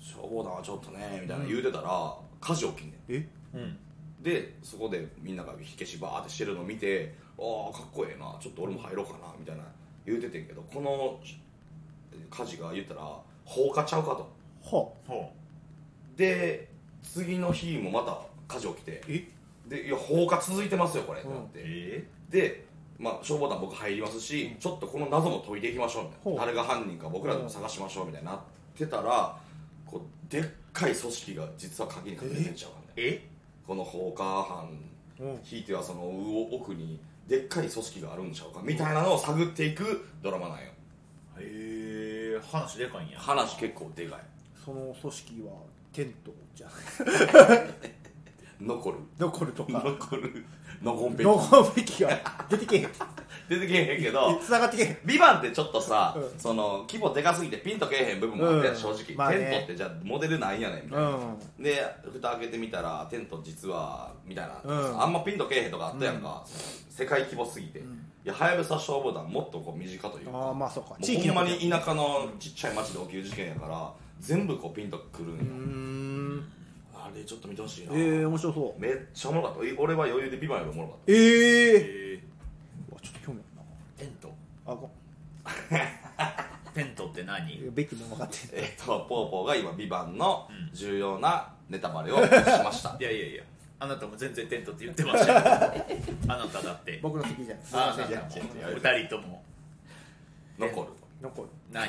Speaker 3: 消防団はちょっとねみたいな言うてたら火事起きんね
Speaker 2: え
Speaker 4: うん
Speaker 3: んでそこでみんなが火消しバーってしてるの見てああかっこええなちょっと俺も入ろうかなみたいな言うててんけどこの火事が言ったら放火ちゃうかと
Speaker 2: は
Speaker 4: ほ
Speaker 3: で次の日もまた火事起きて
Speaker 2: え
Speaker 3: でいや放火続いてますよこれってなっ
Speaker 4: う
Speaker 3: て、
Speaker 4: え
Speaker 3: で、まあ、消防団僕入りますし、ちょっとこの謎も解いていきましょうみたい
Speaker 2: ほう
Speaker 3: な誰が犯人か僕らでも探しましょうみたいになってたらこうでっかい組織が実は鍵に隠れてんちゃうかね
Speaker 4: え
Speaker 3: この放火犯
Speaker 2: うん
Speaker 3: ひいてはその奥にでっかい組織があるんちゃうかみたいなのを探っていくドラマなんよ
Speaker 4: えー、話でかいんや
Speaker 3: 話結構でかい
Speaker 2: その組織はテントじゃない
Speaker 3: 残る
Speaker 2: 残るとか
Speaker 3: 残るのこんぺ
Speaker 2: 残るべきが出てけへん
Speaker 3: 出てけえへんけど
Speaker 2: つながってけへん
Speaker 3: ビバンってちょっとさ、
Speaker 2: うん
Speaker 3: その規模でかすぎてピンとけえへん部分もあって、
Speaker 2: うん
Speaker 3: 正直、
Speaker 2: まあね
Speaker 3: テントってじゃあモデルなんやねんみたいな、
Speaker 2: うん
Speaker 3: で蓋開けてみたらテント実はみたいな、
Speaker 2: うん
Speaker 3: あんまピンとけえへんとかあったやんか、世界規模すぎて、いやはやぶさ消防団もっとこう身近というか
Speaker 2: ああまあそうか
Speaker 3: もうほんま
Speaker 2: ことや
Speaker 3: に田舎のちっちゃい町で起きる事件やから全部こうピンとくるんや、
Speaker 2: うーん
Speaker 3: あれちょっと見てほしいな、
Speaker 2: ええ面白そう
Speaker 3: めっちゃおもろかったい俺は余裕でビバンよりおもろかっ
Speaker 2: ええ
Speaker 4: え
Speaker 2: うわちょっと興味あ
Speaker 4: ー、テ
Speaker 2: るな
Speaker 4: ント
Speaker 2: あご
Speaker 4: テントって何
Speaker 2: べきも分かって
Speaker 3: たえっとぽーぽーが今ビバンの
Speaker 4: うん
Speaker 3: 重要なネタバレをし ました
Speaker 4: いやいやいやあなたも全然テントって言ってま したよあなただって
Speaker 2: 僕の席じゃない
Speaker 4: あ
Speaker 3: い
Speaker 4: なた
Speaker 3: やいやい
Speaker 4: も
Speaker 3: や
Speaker 4: 二人とも
Speaker 3: 残る
Speaker 2: 残る
Speaker 4: 何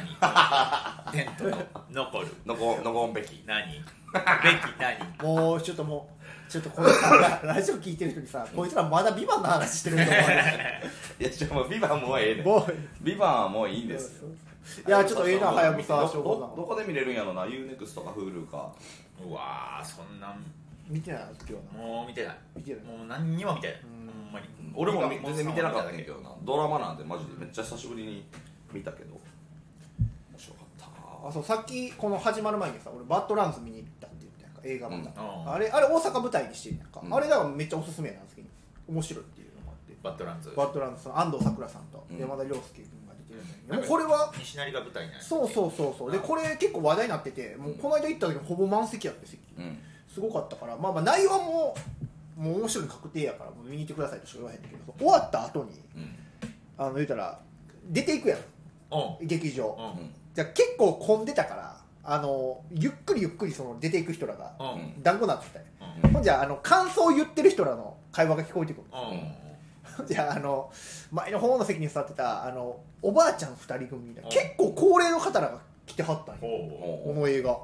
Speaker 4: テントの残る
Speaker 3: 残残んべき
Speaker 4: 何べき何
Speaker 2: もうちょっともうちょっとこいつらラジオ聞いてる人にさこいつらまだ「ビバンの話してるんだ
Speaker 3: いやじゃあもうビバンもうええねん
Speaker 2: もう
Speaker 3: ビバンはもういいんですよ
Speaker 2: いやちょっとええなはやぶさ
Speaker 3: ど
Speaker 2: 消防
Speaker 3: どどこで見れるんやろな UNEXT とか Hulu か
Speaker 4: うわーそんなん
Speaker 2: 団見てない今日はな
Speaker 4: もう見てない
Speaker 2: 見てない
Speaker 4: もう何にも見てない
Speaker 2: うん
Speaker 4: ほんまに
Speaker 3: 俺もみ全然見てなかったんや
Speaker 4: ね
Speaker 3: けどなドラマなんてマジでめっちゃ久しぶりに見たけど面白かった
Speaker 2: あ
Speaker 3: な
Speaker 2: そうさっきこの始まる前にさ俺バッドランズ見に行ったって言ったやんか映画ま
Speaker 3: う
Speaker 2: た、
Speaker 4: ん
Speaker 2: あれあれ大阪舞台にしてるやんか、
Speaker 3: うん
Speaker 2: あれだからめっちゃおすすめなんですけど面白いっていうのがあって
Speaker 4: バッドランズ
Speaker 2: バッドランズの安藤サクラさんと
Speaker 3: うん
Speaker 2: 山田涼介君が出てるんだけど、
Speaker 4: なん
Speaker 2: も
Speaker 4: か
Speaker 2: うこれは
Speaker 4: 西成が舞台になる
Speaker 2: そうそうそうそうでこれ結構話題になっててもうこの間行った時もほぼ満席やって席
Speaker 3: うん
Speaker 2: すごかったからまあまあ内容はもうもう面白いの確定やからもう見に行ってくださいとしか言わへんねんけど終わった後に
Speaker 3: うん
Speaker 2: あの言うたら出ていくやん
Speaker 4: う
Speaker 2: 劇場
Speaker 4: んうん
Speaker 2: じゃあ結構混んでたからあのゆっくりゆっくりその出ていく人らが
Speaker 4: うんうん
Speaker 2: 団子になってきたよ
Speaker 4: うん
Speaker 2: ほんじゃあの感想を言ってる人らの会話が聞こえ てくるほんじゃああの前の方の席に座ってたあのおばあちゃん2人組みたいな
Speaker 4: うん
Speaker 2: 結構高齢の方らが来てはったんよ
Speaker 4: ほ
Speaker 2: この映画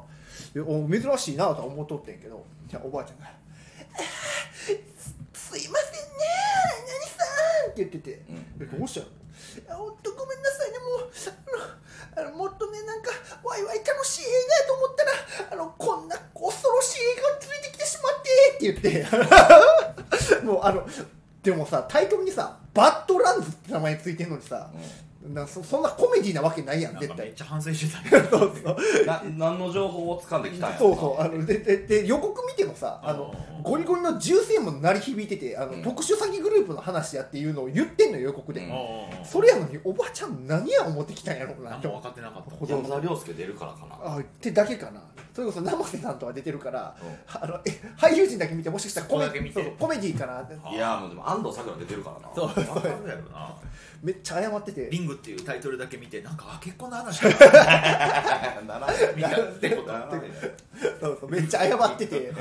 Speaker 2: でお珍しいなとは思っとってんけどじゃあおばあちゃんが「すすいませんね何さん」って言ってて
Speaker 3: うん
Speaker 2: えどうしたのあほんとごめんなさいねもうあのあのもっとねなんかワイワイ楽しい映画やと思ったらあのこんな恐ろしい映画を連れてきてしまってって言って もうあのでもさタイトルにさ「バッドランズ」って名前ついてんのにさなそそんなコメディなわけないや
Speaker 4: うんなん
Speaker 2: 絶
Speaker 4: かめっ
Speaker 2: 対
Speaker 4: ちゃ反省してた
Speaker 2: そうそう
Speaker 3: うんな何の情報を掴んできたんやろ
Speaker 2: そ
Speaker 3: な
Speaker 2: うそうあのででで予告見てもさあの
Speaker 4: うん
Speaker 2: ゴリゴリの銃声も鳴り響いててあの、
Speaker 3: うん
Speaker 2: 特殊詐欺グループの話やっていうのを言ってんのよ予告で、
Speaker 3: うん
Speaker 4: うん
Speaker 2: それやのにおばあちゃん何や思ってきたんやろうな
Speaker 4: 何
Speaker 2: って
Speaker 4: も
Speaker 2: 思
Speaker 4: 分かってなかった
Speaker 2: ほど
Speaker 3: 山田涼介出るからかな
Speaker 2: あってだけかなそれこそ生瀬さんとか出てるから
Speaker 3: うん
Speaker 2: あのえ俳優陣だけ見てもしかしたらコ
Speaker 1: そこだけ
Speaker 2: メ
Speaker 1: 見て
Speaker 2: そうコメディーかなって
Speaker 3: いやーもうでも安藤サクラ出てるからな
Speaker 1: そう分かるやろな
Speaker 2: めっちゃ謝っ
Speaker 1: 「
Speaker 2: てて
Speaker 1: リング」っていうタイトルだけ見てなんかあ結婚の話だな
Speaker 3: ならない
Speaker 1: みたいなってことは
Speaker 2: そうそうめっちゃ謝ってて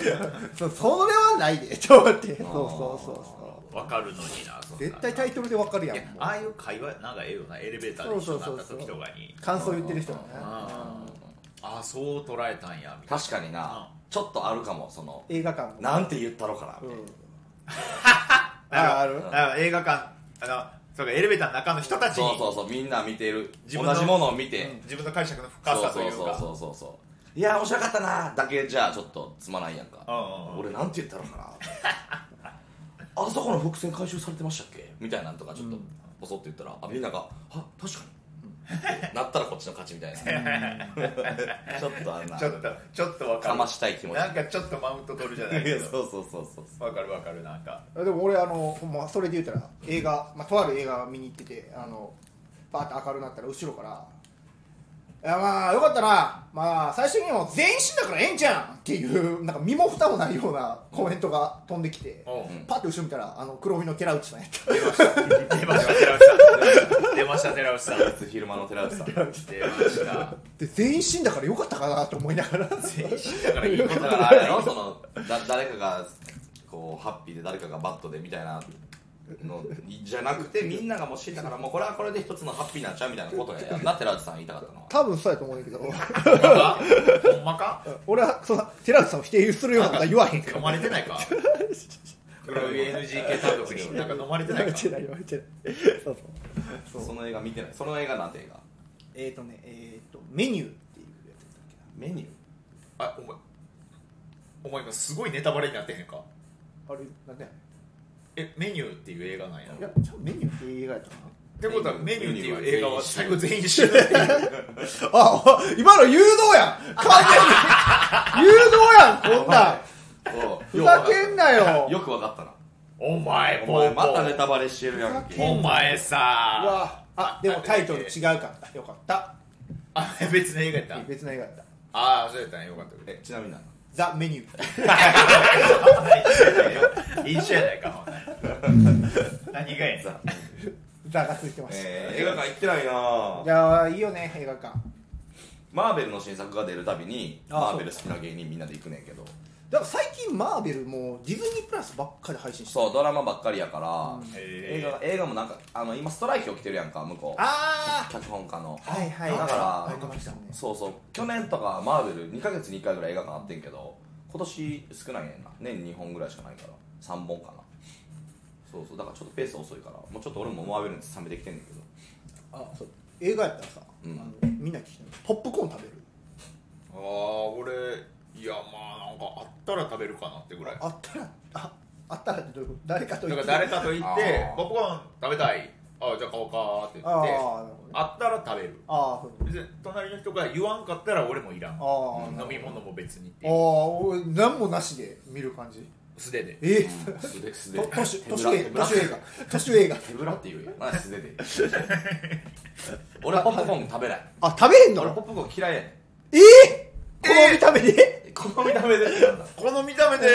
Speaker 2: そうそれはないでと思ってそうそうそうそ
Speaker 1: 分かるのになそん
Speaker 2: う
Speaker 1: な
Speaker 2: 絶対タイトルでわかるや
Speaker 1: い
Speaker 2: ん
Speaker 1: や
Speaker 2: もう
Speaker 1: ああいう会話なんかええよなエレベーターで一緒になった時とかに
Speaker 2: 感想言ってる人もね
Speaker 1: ああそう捉えたんやみたいな
Speaker 3: 確かになちょっとあるかもその
Speaker 2: 映画館も
Speaker 3: なんて言ったろかなみたいな
Speaker 2: あある
Speaker 1: あ映画館あのそうかエレベーターの中の人たち
Speaker 3: そう
Speaker 1: に
Speaker 3: そうそうみんな見てる
Speaker 1: 自
Speaker 3: 同
Speaker 1: 分の
Speaker 3: じものを見て、
Speaker 1: 自分の解釈の深
Speaker 3: そう
Speaker 1: さと
Speaker 3: そ
Speaker 1: いうう
Speaker 3: そう
Speaker 1: か
Speaker 3: そうそうそういやー面白かったなーだけじゃちょっとつまないやんか
Speaker 1: うんうんうん
Speaker 3: 俺なん て言ったのかなあそこの伏線回収されてましたっけみたいなんとかちょっとボソッと言ったら、あみんなが「あ確かに」ってなったらこっちの勝ちみたいな ちょっとあんな
Speaker 1: ちょっとちょっと分か
Speaker 3: か
Speaker 1: る
Speaker 3: ましたい気持ち
Speaker 1: なんかちょっとマウント取るじゃない
Speaker 3: い
Speaker 1: け
Speaker 3: や
Speaker 1: ど
Speaker 3: そうそうそうそう
Speaker 1: 分かる分かるなんか
Speaker 2: でも俺あの、ほんまそれで言うたら映画、まあ、とある映画見に行っててあのパーッと明るくなったら後ろから「いやまあよかったなまあ最終的にも全員死んだからええんじゃん!」っていうなんか身も蓋もないようなコメントが飛んできて
Speaker 1: うん
Speaker 2: パッと後ろ見たらあの黒帯の寺内さんやった
Speaker 1: 出ました寺内さん出ました寺内さん
Speaker 3: 昼間の寺 内さん
Speaker 1: 出ました
Speaker 2: で全員死んだからよかったかなと思いながら全員死んだ
Speaker 1: だからいいこと
Speaker 3: だ
Speaker 1: だ
Speaker 3: か
Speaker 1: な
Speaker 3: ら
Speaker 1: あ
Speaker 3: あ
Speaker 1: れ
Speaker 3: れ
Speaker 1: や
Speaker 3: や
Speaker 1: ろ
Speaker 3: ろそのだ誰かがこうハッピーで誰かがバッドでみたいなのじゃなくてみんながもう死んだからもうこれはこれで一つのハッピーになっちゃうみたいなことやな寺内さん言いたかったのは
Speaker 2: 多分そうやと思うんだけど
Speaker 1: ほんまか
Speaker 2: 俺はそんな寺内さんを否定するようなことは言わへんから
Speaker 1: 飲まれてないか黒い NGK 単独になんか飲まれてないか
Speaker 2: 言われてない言われてないそうそう
Speaker 3: その映画見てないその映画なんて映画
Speaker 2: えっ、とね、えっ、と、メニューっていうやつだっけな。
Speaker 3: メニュー
Speaker 1: あお前お前今すごいネタバレになってへんか
Speaker 2: あれ、なんだよ。
Speaker 1: えメニューっていう映画なんや
Speaker 2: いや
Speaker 1: っ、
Speaker 2: ちゃんとメニューって映画やったかな。
Speaker 1: てことはメニューっていう映画は最後全員死ぬ
Speaker 2: あ、今の誘導やん完全に誘導やん、こんなん。ふざけんなよ
Speaker 3: よくわかったな
Speaker 1: お前
Speaker 3: お
Speaker 1: ポ
Speaker 3: 前
Speaker 1: ンポ
Speaker 3: ま
Speaker 1: ン
Speaker 3: たネタバレしてるやんけ
Speaker 1: お前
Speaker 2: う
Speaker 1: さ
Speaker 2: わあ、でもタイトル違うかった。よかった。
Speaker 1: あ別の映画やった
Speaker 2: 別の映画やった。
Speaker 1: ああそうやったねよかった
Speaker 3: えちなみにな
Speaker 2: ザ・メニュー。
Speaker 1: 一緒やないかほんなら何がやねん
Speaker 3: ザ
Speaker 2: ザがついてました。
Speaker 3: えー映画館行ってないなぁ
Speaker 2: じゃあ、いいよね、映画館。
Speaker 3: マーベルの新作が出るたびに
Speaker 2: あ
Speaker 3: マーベル好きな芸人みんなで行くねんけど
Speaker 2: だから最近、マーベルもディズニープラスばっかり配信してる。
Speaker 3: そうドラマばっかりやから、映
Speaker 1: 映
Speaker 3: 画が映画もなんかあの今ストライキ起きてるやんか向こう
Speaker 2: あ
Speaker 3: 脚本家の
Speaker 2: あはいはい。
Speaker 3: だから
Speaker 2: ありましたね。
Speaker 3: そうそう去年とかマーベル2ヶ月に1回ぐらい映画館あってんけど今年少ないねんな年2本ぐらいしかないから3本かなそうそうだからちょっとペース遅いからもうちょっと俺もマーベルに冷めてきてんねんけど
Speaker 2: あ、そう。映画やったらさ、
Speaker 3: うん
Speaker 2: あのみんな聞きたい。ポップコーン食べる
Speaker 1: ああ俺いやまあなんかあったら食べるかなってぐらい
Speaker 2: あったらああったらってどういうこと誰かと
Speaker 1: だ
Speaker 2: 言
Speaker 1: か
Speaker 2: っ
Speaker 1: ら
Speaker 2: て
Speaker 1: 誰かと言っ
Speaker 3: あ
Speaker 1: て
Speaker 3: ー
Speaker 1: 「ポップコーン食べたい」あ「じゃあ買おうか」って言っ
Speaker 2: ああな
Speaker 1: て
Speaker 2: るほどね
Speaker 1: あったら食べる
Speaker 2: ああそう
Speaker 1: 別に隣の人が言わんかったら俺もいらん
Speaker 2: ああなるほど
Speaker 1: 飲み物も別にって
Speaker 2: ああ
Speaker 1: いう
Speaker 2: 俺何もなしで見る感じ
Speaker 1: 素手で
Speaker 2: え
Speaker 3: 素手素
Speaker 2: えと都市
Speaker 3: 手
Speaker 2: 都
Speaker 3: ぶ
Speaker 2: 市
Speaker 3: ら
Speaker 2: 映
Speaker 3: 手ぶ
Speaker 2: 画
Speaker 3: ら
Speaker 2: 都市映画都市映画
Speaker 3: 手ぶらって言うよ何素手 で俺はポップコーン食べない
Speaker 2: あ食べへんの
Speaker 3: 俺ポップコーン嫌いやね
Speaker 2: ええこの見た目で
Speaker 3: んこの見た目で嫌いなんだ
Speaker 1: この見た目で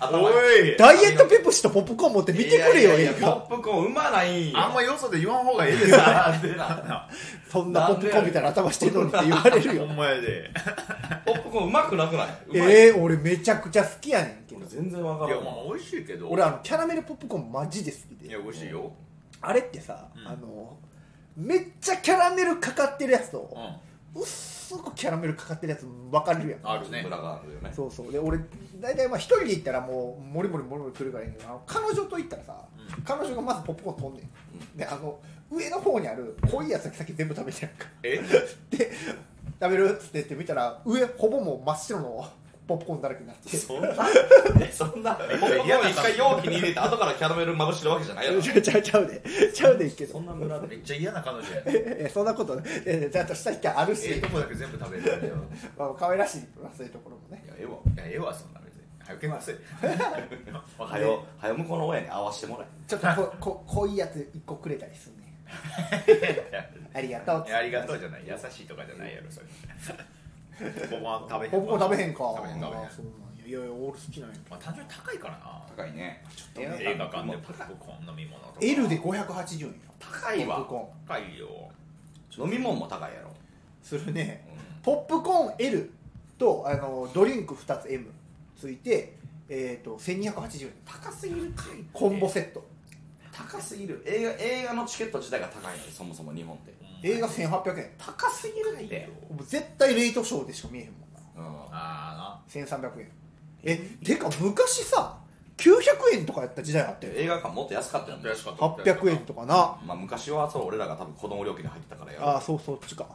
Speaker 3: 頭
Speaker 1: おい
Speaker 2: ダイエットペプシとポップコーン持って見てくれよ
Speaker 3: いやいや
Speaker 2: 映
Speaker 3: いや
Speaker 2: 画
Speaker 3: ポップコーンうまないんよ
Speaker 1: あんまよそで言わん方がええですよ
Speaker 2: そんなポップコーンみたいな頭してるのにって言われる
Speaker 1: ほ
Speaker 2: よ
Speaker 1: んまやで
Speaker 3: ポップコーンうまくなくないうまい
Speaker 2: ええ俺めちゃくちゃ好きやねんけど
Speaker 3: 俺全然わか
Speaker 1: いや
Speaker 3: らん
Speaker 1: まあ美味しいけど
Speaker 2: 俺あのキャラメルポップコーンマジで好き
Speaker 1: い
Speaker 2: で
Speaker 1: や美味しいよ
Speaker 2: あれってさ
Speaker 1: うん
Speaker 2: あのめっちゃキャラメルかかってるやつと、
Speaker 1: うん
Speaker 2: 薄くキャラメルかかってるやつ分かれるやん
Speaker 1: あるね
Speaker 3: ムラがあるよね
Speaker 2: そうそうで俺大体まあ一人で行ったらもうもりもりもりもり来るからいいけどあの彼女と行ったらさ、
Speaker 1: う
Speaker 2: 彼女がまずポップコーン飛んでん、であの上の方にある濃いやつだけ先全部食べてやんか
Speaker 1: え
Speaker 2: で食べるっつって言って見たら上ほぼもう真っ白のポップコーンだらけになって
Speaker 3: そんなそんなポップコーン
Speaker 1: 嫌な
Speaker 3: 一回容器に入れて後からキャラメルまぶしてるわけじゃないやろ
Speaker 2: ちゃうちゃうちゃうでちゃうでいいけど
Speaker 3: な村
Speaker 1: めっちゃ嫌な彼女やね
Speaker 2: えそんなことねえだとしたらあるし、
Speaker 1: ええとこだけ全部食べるんだよ
Speaker 2: まあ可愛らしいそういうところもね
Speaker 3: いやええわ
Speaker 1: いやええわそんな別に早くけます よわ
Speaker 3: はよはよ向こうの親に合わせてもらえ
Speaker 2: ちょっとここ濃いやつ一個くれたりするね んありがとうっ
Speaker 1: い
Speaker 2: つって
Speaker 1: やありがとうじゃない優しいとかじゃないやろそれポップコーン食べへん
Speaker 2: ポップコーン食べへんか
Speaker 1: 食べへん食べへん
Speaker 2: あそうなんやいやいや俺好きなんや
Speaker 1: まあ単純に高いからな
Speaker 3: 高いね
Speaker 2: 映画
Speaker 1: 映画館でポップコーン飲み物とか
Speaker 2: L で580円や
Speaker 1: 高
Speaker 2: ポ
Speaker 1: い
Speaker 2: ップ
Speaker 1: わ
Speaker 2: コ
Speaker 1: 高いよ
Speaker 3: 飲み物も高いやろ
Speaker 2: ーンするねポップコーン L とあのドリンク2つ M ついてえっ、と1280円
Speaker 1: 高すぎるかい
Speaker 2: コンボセット
Speaker 3: 高すぎる映画映画のチケット自体が高いのよそもそも日本って
Speaker 2: 映画1800円
Speaker 3: 高すぎるっ
Speaker 1: 高い
Speaker 3: て
Speaker 1: よ
Speaker 2: もう絶対レイトショーでしか見えへんもんな
Speaker 3: うん
Speaker 1: あ
Speaker 2: 1300円えてか昔さ900円とかやった時代あったよ
Speaker 3: 映画館もっと安かったよ
Speaker 1: あ
Speaker 3: ね
Speaker 1: な安かった
Speaker 2: 800円とかな
Speaker 3: まあ昔はそう俺らが多分子供料金で入ってたからや
Speaker 2: ああ
Speaker 3: ろ
Speaker 2: そうそっちか、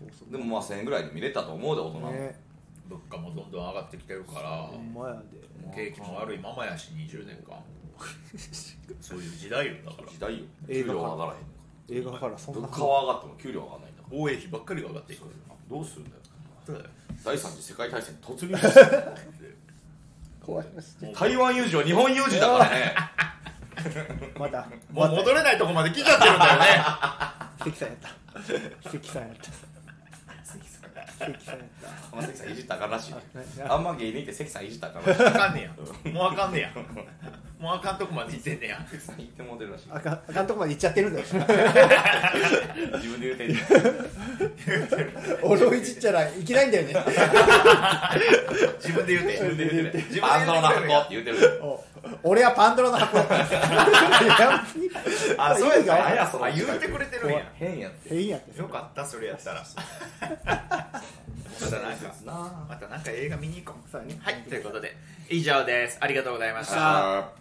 Speaker 2: そうそう
Speaker 3: でもまあ1000円ぐらいで見れたと思うで大人も
Speaker 2: ね
Speaker 1: 物価もどんどん上がってきてるから
Speaker 2: ほんまやで
Speaker 1: 景気も悪いままやし20年 間そういう時代よだから
Speaker 3: 時代よ
Speaker 2: 映
Speaker 3: 給
Speaker 2: 画
Speaker 3: 料
Speaker 2: 館
Speaker 3: 上がらへん
Speaker 2: 映画からそん
Speaker 3: 物
Speaker 2: な
Speaker 3: 価は上がっても給料上がらないんだから
Speaker 1: 防衛費ばっかりが上がっていく
Speaker 3: どうするんだよ
Speaker 1: そうだよ
Speaker 3: 第三次世界大戦突入して る
Speaker 2: 怖いです
Speaker 1: もう
Speaker 3: 台湾有事は日本有事だから ね
Speaker 2: また
Speaker 1: もう
Speaker 2: ま
Speaker 1: 戻れないとこまで来ちゃってるんだよね
Speaker 2: た関さんやった関さんやった関さんやった
Speaker 3: 浜崎さんいじったらあかんらしい
Speaker 2: あな
Speaker 3: あんま芸人って関さんいじったらあかんらしい
Speaker 1: あかんねやもうあかんねやもうあかんとこまで行ってんねや
Speaker 3: 関さん言ってもうてるらしい
Speaker 2: あかんあかんとこまで行っちゃってるんだよ
Speaker 3: 自分で言うてんねん
Speaker 2: 俺をいじっちゃらいけないんだよね
Speaker 1: 自分で言うて
Speaker 3: 自分で言うてる
Speaker 1: 自分で言うて
Speaker 3: バンドの箱って言うてる
Speaker 2: お俺はパンドラの箱だったんですいや
Speaker 3: あそうや
Speaker 2: いい
Speaker 3: か
Speaker 2: よ
Speaker 3: あそ
Speaker 1: あ言うてくれてるんや
Speaker 3: 変やって
Speaker 2: 変やって
Speaker 1: よかったそれやった らまたなんかまたなんか映画見に行こう
Speaker 2: そうやね
Speaker 1: はいということで以上ですありがとうございました
Speaker 3: あー